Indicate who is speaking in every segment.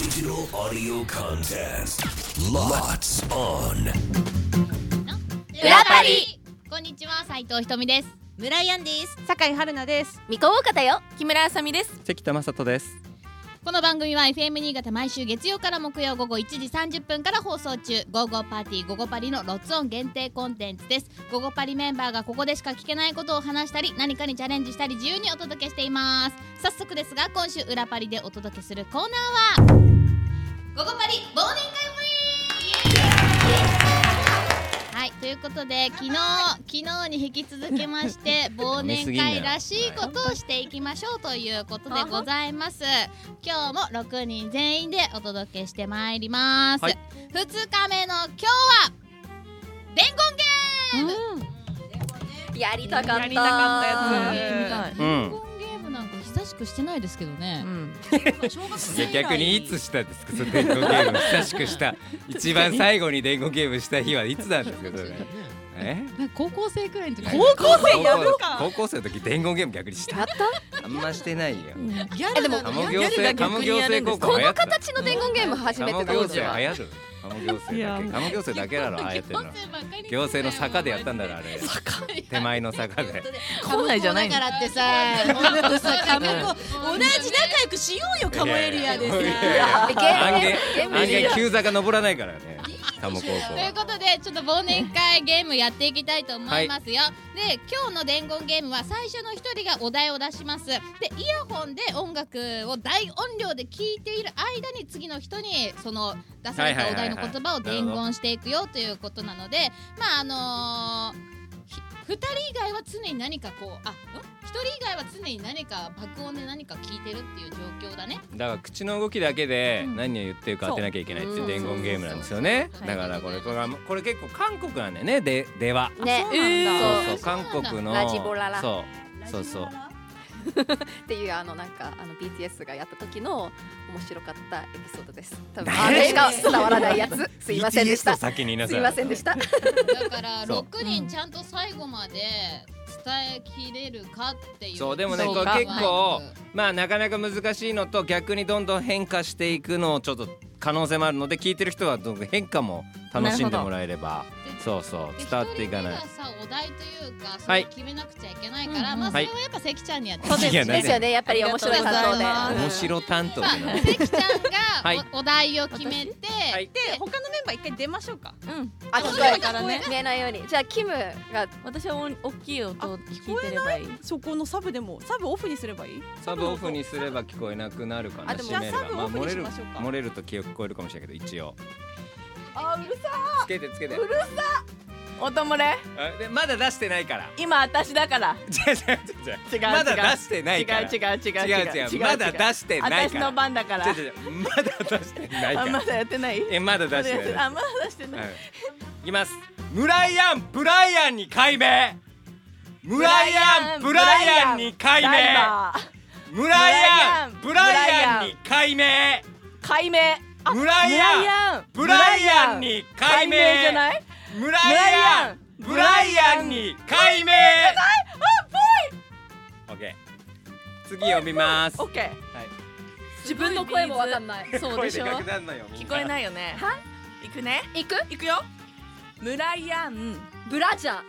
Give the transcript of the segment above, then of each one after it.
Speaker 1: Digital audio contest. Lots on.
Speaker 2: 裏パリこんにちは斉藤ひとみです
Speaker 3: 村井んです
Speaker 4: 坂井春奈です
Speaker 5: 三河岡だよ木村あさみです
Speaker 6: 関田正人です。
Speaker 2: この番組は FM 新潟毎週月曜から木曜午後1時30分から放送中「ゴーゴーパーティーゴゴパリ」のロッツオン限定コンテンツですゴゴパリメンバーがここでしか聞けないことを話したり何かにチャレンジしたり自由にお届けしています早速ですが今週裏パリでお届けするコーナーは「ゴゴパリ忘年会ウィークはいということで昨日昨日に引き続きまして忘年会らしいことをしていきましょうということでございます今日も6人全員でお届けしてまいります、
Speaker 6: はい
Speaker 2: 2日目の今日は伝言ゲーム、
Speaker 5: やりたかった
Speaker 4: やりたかったや
Speaker 5: つ
Speaker 6: う
Speaker 2: 伝言
Speaker 6: ん。
Speaker 2: ゲームなんか久しくしてないですけどね、
Speaker 7: いや逆にいつしたんですかその伝言ゲーム久しくした一番最後に伝言ゲームした日はいつなんですかそれえ
Speaker 2: なんか高校生くらいの時
Speaker 7: 高
Speaker 4: 校生やる
Speaker 7: 高校生の時伝言ゲーム逆にした
Speaker 5: やった
Speaker 7: あんましてないよ
Speaker 4: ギャ
Speaker 5: えでも
Speaker 7: 鴨行政鴨行政高校
Speaker 5: こ
Speaker 7: 流行っ
Speaker 5: の
Speaker 7: てた
Speaker 5: 形の伝言ゲーム初めて
Speaker 7: 鴨行
Speaker 5: 当時
Speaker 7: 政
Speaker 5: は
Speaker 7: 流行ってた鴨行
Speaker 4: い
Speaker 7: 政
Speaker 4: や
Speaker 7: だけ鴨行政だけだろああやってるの行政の坂でやったんだろあれ手前の坂で
Speaker 5: 校内じゃないの
Speaker 3: だからって さ本当さカムコ同じ仲良くしようよカモエリアでさ
Speaker 7: いやいやいや
Speaker 5: ゲ
Speaker 7: 案
Speaker 5: ーム
Speaker 7: 外案外急坂登らないからね鴨高校
Speaker 2: という
Speaker 7: は
Speaker 2: ことでちょっと忘年会ゲームやっていきたいと思いますよ、で今日の伝言ゲームは最初の1人がお題を出しますでイヤホンで音楽を大音量で聴いている間に次の人にその出されたお題の言葉を伝言していくよということなのでまああのーひ2人以外は常に何かこうあん1人以外は常に何か爆音で何か聞いてるっていう状況だね
Speaker 7: だから口の動きだけで
Speaker 2: うん
Speaker 7: 何を言ってるか当てなきゃいけないっていう
Speaker 5: そう
Speaker 7: 伝言ゲームなんですよね
Speaker 2: そうそうそう
Speaker 7: だからこれこれはこれ結構韓国なんだよねででは
Speaker 5: ね
Speaker 7: そう
Speaker 5: そう
Speaker 7: そう韓国の
Speaker 5: ラジボララ
Speaker 7: そうそうそう
Speaker 5: っていうあのなんかあの BTS がやった時の面白かったエピソードです多分
Speaker 7: ね
Speaker 5: あれしか伝わらないや つすいませんでし
Speaker 7: BTS
Speaker 5: た
Speaker 7: と先に言いな
Speaker 5: す
Speaker 7: さ
Speaker 5: い
Speaker 7: い
Speaker 5: ませんでした
Speaker 2: だから
Speaker 7: そう
Speaker 2: 6人ちゃんと最後まで伝えきれるかっていう
Speaker 7: そうでもね
Speaker 2: そう
Speaker 7: これ
Speaker 2: か
Speaker 7: 結構まあなかなか難しいのと逆にどんどん変化していくのをちょっと可能性もあるので聞いてる人はどんどん変化も楽しんでもらえればそうそう
Speaker 2: で
Speaker 7: 伝わっていかな
Speaker 2: 一
Speaker 7: い
Speaker 2: 人目がさお題というかそ
Speaker 7: は
Speaker 2: れを
Speaker 7: い
Speaker 2: 決めなくちゃいけないから、まあそ
Speaker 7: は
Speaker 2: れ
Speaker 7: い
Speaker 2: はやっぱ関ちゃんにやって
Speaker 7: そうですねいやな
Speaker 5: ですよねやっぱり面白い担当で
Speaker 4: ありがとうございます
Speaker 7: 面白担当
Speaker 2: ま
Speaker 7: ってな
Speaker 2: あ関ちゃんがお,、
Speaker 7: はい
Speaker 2: 題を決めて、
Speaker 7: はい
Speaker 4: で他のメンバー一回出ましょうか
Speaker 5: あ聞
Speaker 4: 面
Speaker 5: こ
Speaker 4: 白
Speaker 5: え
Speaker 4: いからね
Speaker 5: 見えないようにじゃあキムが
Speaker 8: 私はお大きい音を聞いてればいい。
Speaker 4: そこのサブでもサブオフにすればいい
Speaker 7: サブオフにすれば聞こえなくなるかな
Speaker 4: あでも
Speaker 7: 閉めれ
Speaker 4: じゃあ
Speaker 7: ば
Speaker 4: サブ
Speaker 7: ま
Speaker 4: オ
Speaker 7: あ
Speaker 4: フに
Speaker 7: 漏れ
Speaker 4: し
Speaker 7: る
Speaker 4: ましょうか
Speaker 7: 漏れると記憶聞こえるかもしれないけど一応
Speaker 8: あうるさ
Speaker 7: つけてつけて
Speaker 8: 音漏れ。
Speaker 7: あでまだ出してないから
Speaker 8: 今私だから。
Speaker 7: 違う違う違う
Speaker 8: 違う違う
Speaker 7: まだ出してないから
Speaker 8: 違う違う違う
Speaker 7: 違う違うまだ出してない
Speaker 8: 私
Speaker 7: から
Speaker 8: の番だか ら。
Speaker 7: 違う違うまだ出してないか
Speaker 8: あま
Speaker 7: ら
Speaker 8: だやってない。
Speaker 7: えまだ出してない
Speaker 8: あまだ出してない。
Speaker 7: うんいきますムライアンブライアンに解明ムライアンブライアンに解明
Speaker 8: ダイバー
Speaker 7: ムライアンブ
Speaker 8: ブ
Speaker 7: ラ
Speaker 8: ラ
Speaker 7: イ
Speaker 8: イ
Speaker 7: ア
Speaker 8: アン
Speaker 7: ンに解明
Speaker 8: 解明。あ
Speaker 7: ムライアンブライアンに解明
Speaker 8: 解明じゃない？
Speaker 7: ムライアンブライアンに解明あぽいオッケー次読みます
Speaker 8: オッケー。
Speaker 5: 自分の声もわかんない
Speaker 8: そうでしょ。
Speaker 7: なるのよ
Speaker 8: 聞こえ
Speaker 7: い
Speaker 8: ないよね。いくね。
Speaker 5: 行く
Speaker 8: いくよ。ムライアン、
Speaker 5: ブラジャー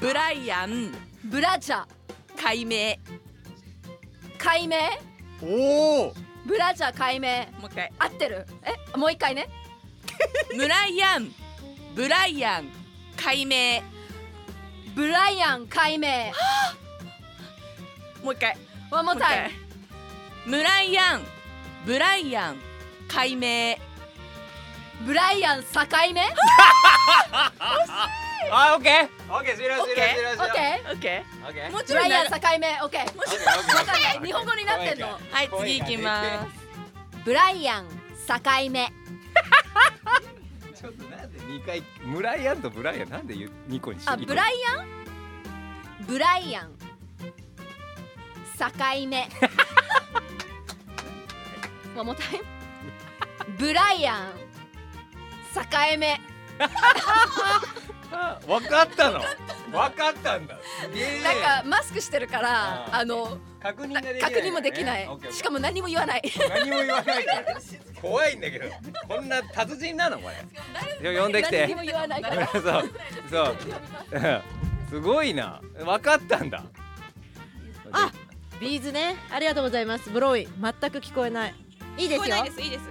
Speaker 8: ブライアン、
Speaker 5: ブラジャー
Speaker 8: 解明。
Speaker 5: 解明
Speaker 7: おお
Speaker 5: ブラジャー解明
Speaker 8: もう一回。
Speaker 5: 合ってるえもう一回ね
Speaker 8: ムライアン、ブライアン、解明。
Speaker 5: ブライアン解明
Speaker 8: もう一回。
Speaker 5: ワンモ
Speaker 8: も
Speaker 5: ー
Speaker 8: う一
Speaker 5: タイ
Speaker 8: 回
Speaker 5: ム。
Speaker 8: ムライアン、ブライアン、解明。
Speaker 5: ブライアン境目
Speaker 7: あオッケーオッケー終了
Speaker 8: オッケー
Speaker 7: 了
Speaker 5: オッケ
Speaker 8: オッケ
Speaker 7: オッケー
Speaker 8: ー。もう
Speaker 5: ー
Speaker 8: ち
Speaker 5: ブ
Speaker 8: ょ
Speaker 5: ラ
Speaker 8: い
Speaker 5: イアン
Speaker 8: なる。
Speaker 5: 境目オッケー
Speaker 7: オッケーオッケー
Speaker 5: わかんない日本語になってんの
Speaker 8: はい、次行きま
Speaker 5: ブライアン境目
Speaker 7: すちょっとなんで二回ムライアンとブライアンなんでゆ二個にし
Speaker 5: あブライアンブライアン境 目ワンモータイムブライアン境目
Speaker 7: わかったの
Speaker 9: 分かったんだ
Speaker 5: なんかマスクしてるから
Speaker 9: あー
Speaker 5: あの
Speaker 9: 確認
Speaker 5: な確認もできないしか
Speaker 9: も
Speaker 5: も何も言わない
Speaker 9: 何も言わないから怖いんだけどこんな達人なのこれ呼んでき
Speaker 5: 何
Speaker 9: て
Speaker 5: にも言わないから
Speaker 9: そう そう すごいな分かったんだ
Speaker 6: あビーズねありがとうございますブロイ全く聞こえないいいですよ
Speaker 8: すいいです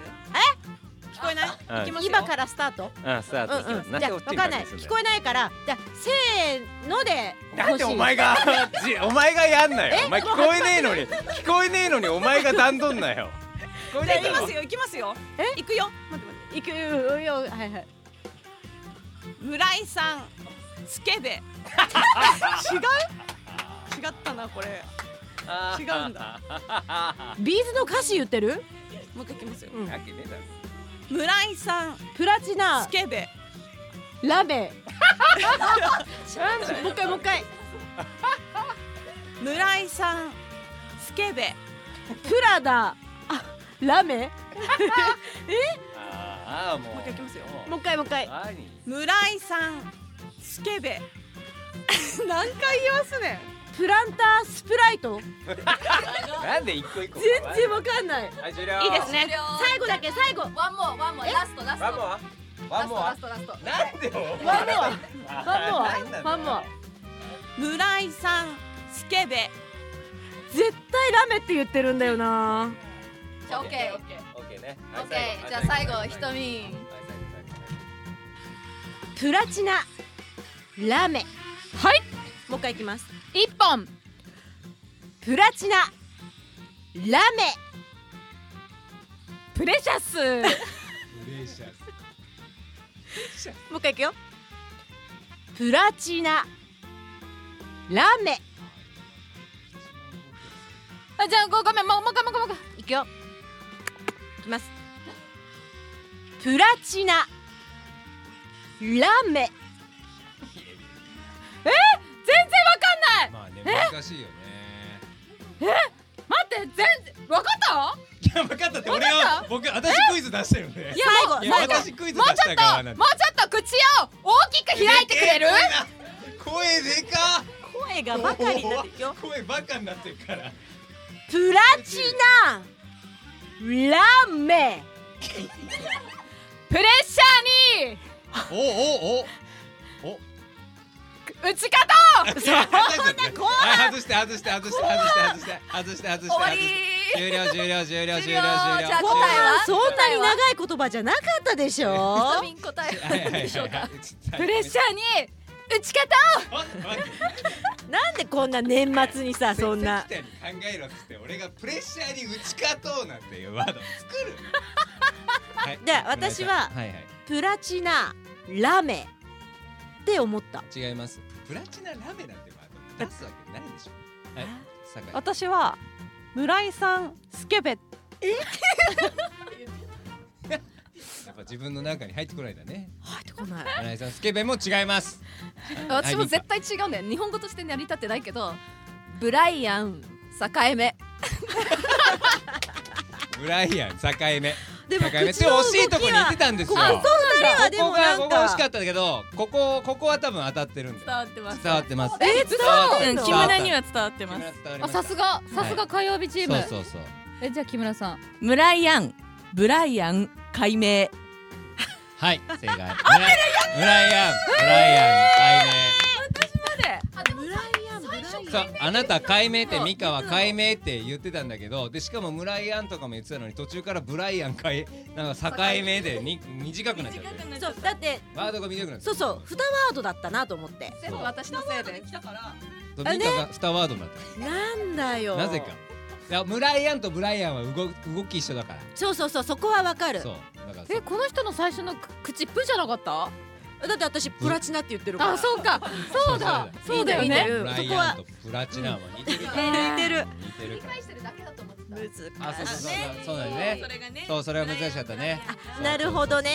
Speaker 6: 聞こえない
Speaker 9: うん
Speaker 8: いきますよ
Speaker 6: 今からスタート
Speaker 9: うんスタート
Speaker 6: うんうんじゃあわかんない聞こえないからじゃあせーので
Speaker 9: なんでお
Speaker 6: 欲しい
Speaker 9: 前がじお前がやんなよ
Speaker 6: え
Speaker 9: お前聞こえねえのに聞こえねえのにお前が段取んなよ聞こえ
Speaker 8: じゃ
Speaker 9: ねえ
Speaker 8: あ行き
Speaker 9: だ
Speaker 8: ま
Speaker 9: ろ
Speaker 8: すよ行きますよ
Speaker 6: え
Speaker 8: 行くよ待って待っ
Speaker 6: いくよはいはい
Speaker 8: て村井さんスケベ違う違ったなこれ違うんだ
Speaker 6: ビーズの歌詞言ってる
Speaker 8: もう一回行きますよ
Speaker 9: なわけねえだろ
Speaker 8: 村井さん
Speaker 6: プラチナ
Speaker 8: スケベ
Speaker 6: ラベ うんもう一回もう一回
Speaker 8: 村井さんスケベ
Speaker 6: プラダあラメ
Speaker 9: ああもうもう一回行きますよ
Speaker 6: もう一回もう一回
Speaker 9: 何
Speaker 8: 村井さんスケベ何回言わすねん
Speaker 6: プランタースプライト
Speaker 9: なんで一個一個
Speaker 6: 全然わかんない
Speaker 9: はい終了
Speaker 8: いいですね
Speaker 6: 最後だけ最後
Speaker 5: ワンモアワンモアラストラスト
Speaker 9: ワンモアワンモア
Speaker 5: ラストラストラスト
Speaker 9: なんでよ
Speaker 6: ワンモアファ
Speaker 9: なんなの
Speaker 6: ンモアファンモア
Speaker 8: 村井さんスケベ
Speaker 6: 絶対ラメって言ってるんだよな
Speaker 5: じゃあオッケーオッケ
Speaker 9: オッケーね
Speaker 5: ーオッケーじゃあ最後ひとみん
Speaker 6: プラチナラメはいもう一回いきます
Speaker 2: 一本
Speaker 6: プラチナラメプレシャスもう一回いくよプラチナラメ
Speaker 2: あじゃあごごめんもうもう一回もう一回もう一回
Speaker 6: いくよいきますプラチナラメ
Speaker 7: まあね難しいよね
Speaker 2: 待って全然わかった
Speaker 7: いや分かったって俺は僕私クイズ出したよね
Speaker 6: いや最後
Speaker 7: いや
Speaker 6: 最後
Speaker 7: 私クイズ
Speaker 2: も
Speaker 7: 出
Speaker 2: うちょ
Speaker 7: し
Speaker 2: った
Speaker 7: 側
Speaker 2: と
Speaker 7: なん
Speaker 2: もうちょっと口を大きく開いてくれる
Speaker 7: 声でか
Speaker 6: 声がバカになってるよ
Speaker 7: っ声バカになってるから
Speaker 6: プラチナラメ
Speaker 2: プレッシャーに
Speaker 7: おおお
Speaker 2: 打ち方を
Speaker 7: そんな後半外して外して外して外して外して外して外して終わり終了終了終了終了終了
Speaker 5: じゃあ答え
Speaker 6: そん
Speaker 5: は
Speaker 6: なそんなに長い言葉じゃなかったでしょ
Speaker 5: ひとみん答え
Speaker 7: はいは
Speaker 5: は
Speaker 7: いはい
Speaker 5: 何でしょうか
Speaker 2: プレッシャーに打ち方
Speaker 7: 待って待って
Speaker 6: なんでこんな年末に さそんな
Speaker 7: 関北に考えろっつって俺がプレッシャーに打ち勝とうなんていうワードを作るはい
Speaker 6: で私は
Speaker 7: はいはい
Speaker 6: プラチナラメって思った
Speaker 7: 違いますプラチナラメなんてワード出すわけないでしょはい酒井
Speaker 8: 私は村井さんスケベ
Speaker 7: やっぱ自分の中に入ってこないんだね
Speaker 6: 入ってこない
Speaker 7: 新井さんスケベも違います
Speaker 5: 私も絶対違うんだよ日本語として成り立ってないけどブライアン境目
Speaker 7: ブライアン境目
Speaker 6: でも
Speaker 7: 境目って惜し
Speaker 6: 口の動き
Speaker 7: いとこに行ってたんですよ
Speaker 6: ここ二人はで
Speaker 7: ここ
Speaker 6: も
Speaker 7: が
Speaker 6: な
Speaker 7: こ
Speaker 6: ん
Speaker 7: こが惜しか
Speaker 6: か
Speaker 7: ったんだけどここここは多分当たってるんで
Speaker 10: 伝わってます
Speaker 7: 伝わってます
Speaker 6: えーそう
Speaker 10: うん木村には伝わって
Speaker 7: 木
Speaker 10: ま
Speaker 7: 村
Speaker 10: す
Speaker 7: 伝わりま
Speaker 2: あ
Speaker 7: した
Speaker 2: さすがさすが火曜日チーム、
Speaker 7: そうそうそう
Speaker 2: えじゃあ木村さん
Speaker 10: ブライアンブライアン解明
Speaker 7: はい正解合ってるよブライアンブライアン解明そうあなた解明ってミカは解明って言ってたんだけどでしかもブライアンとかも言ってたのに途中からブライアン解なんか境目でに短くなっちゃってる
Speaker 6: そうだって
Speaker 7: ワードが短くなっちゃ
Speaker 6: そう
Speaker 7: って
Speaker 6: そう二ワードだったなと思って
Speaker 5: 全部私のせいで
Speaker 7: うミカが2ワードになっ
Speaker 6: なんだよ
Speaker 7: たなぜかいやブライアンとブライアンは動動き一緒だか
Speaker 6: そうそうそうそこはわからる
Speaker 7: そうだから
Speaker 2: えこの人の最初のく口プじゃなかった
Speaker 6: だって私プラチナって言ってるから
Speaker 2: あそうかそうだ
Speaker 7: そう
Speaker 2: そうだよ
Speaker 6: いいんだ
Speaker 2: ね
Speaker 6: よ
Speaker 7: ブライアンとプラチナは似てるから
Speaker 6: 似てる
Speaker 7: 似てるから
Speaker 5: してるだけだと思ってた
Speaker 7: あそうそうそうそうだよね
Speaker 10: れがね
Speaker 7: そうそれは難しかったね
Speaker 6: なるほどね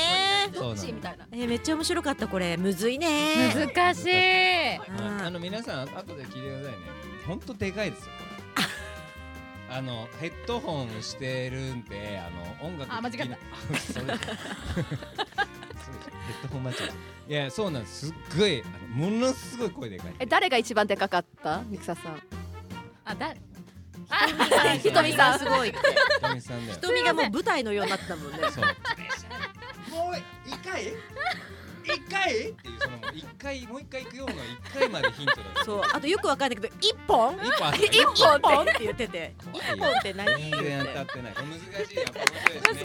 Speaker 7: そ
Speaker 5: ど
Speaker 7: うな
Speaker 5: っち
Speaker 7: の
Speaker 5: みたいな
Speaker 6: えーめっちゃ面白かったこれむずいね
Speaker 2: 難しい
Speaker 6: うん
Speaker 7: あの皆さん後で聞いてくださいね。本当でかいですよ。あのヘッドホンしてるんであの音楽
Speaker 2: あ間違った
Speaker 7: 聞きなそうでしょそうでしょヘッドホンマッチいやそうなんですすっごいあのものすごい声でかい
Speaker 5: え誰が一番でかかったミクサさん
Speaker 2: あだ
Speaker 5: ひとみさんすごい
Speaker 7: 瞳さんだよ
Speaker 6: 瞳がもう舞台のようになって たもんね
Speaker 7: そうもう一回一回っていうそのもう一回もう一回行くような一回までヒントだ
Speaker 6: そうあとよくわかんないけど一本
Speaker 7: 一歩あった
Speaker 6: 一本って言ってて
Speaker 7: 怖
Speaker 6: 一
Speaker 7: いよ
Speaker 6: 本って何
Speaker 7: 全然当たってないこれ難しいやっぱ面白い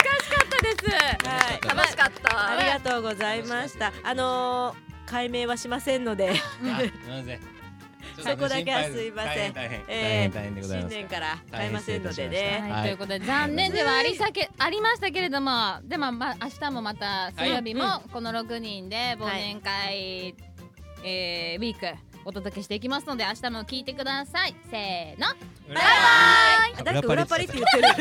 Speaker 7: ですね
Speaker 6: はい
Speaker 7: 難
Speaker 5: 楽しかった
Speaker 6: ありがとうございましたあのー、解明はしませんので
Speaker 7: あすいませんちょっと
Speaker 6: そこだけは
Speaker 7: 心配です
Speaker 6: いません
Speaker 7: 大変大
Speaker 6: え
Speaker 7: 変大変
Speaker 6: ー
Speaker 7: 大変でござい
Speaker 6: 新
Speaker 7: ます
Speaker 6: 年から買えませんのでね。
Speaker 2: はい、
Speaker 7: はい
Speaker 2: ということで残念ではありさけありましたけれどもでも、まあ、明日もまた水曜日もこの6人で忘年会、えーウィークお届けしていきますので明日も聞いてくださいせーの
Speaker 7: バイバイ
Speaker 6: なんか裏パリって言ってる。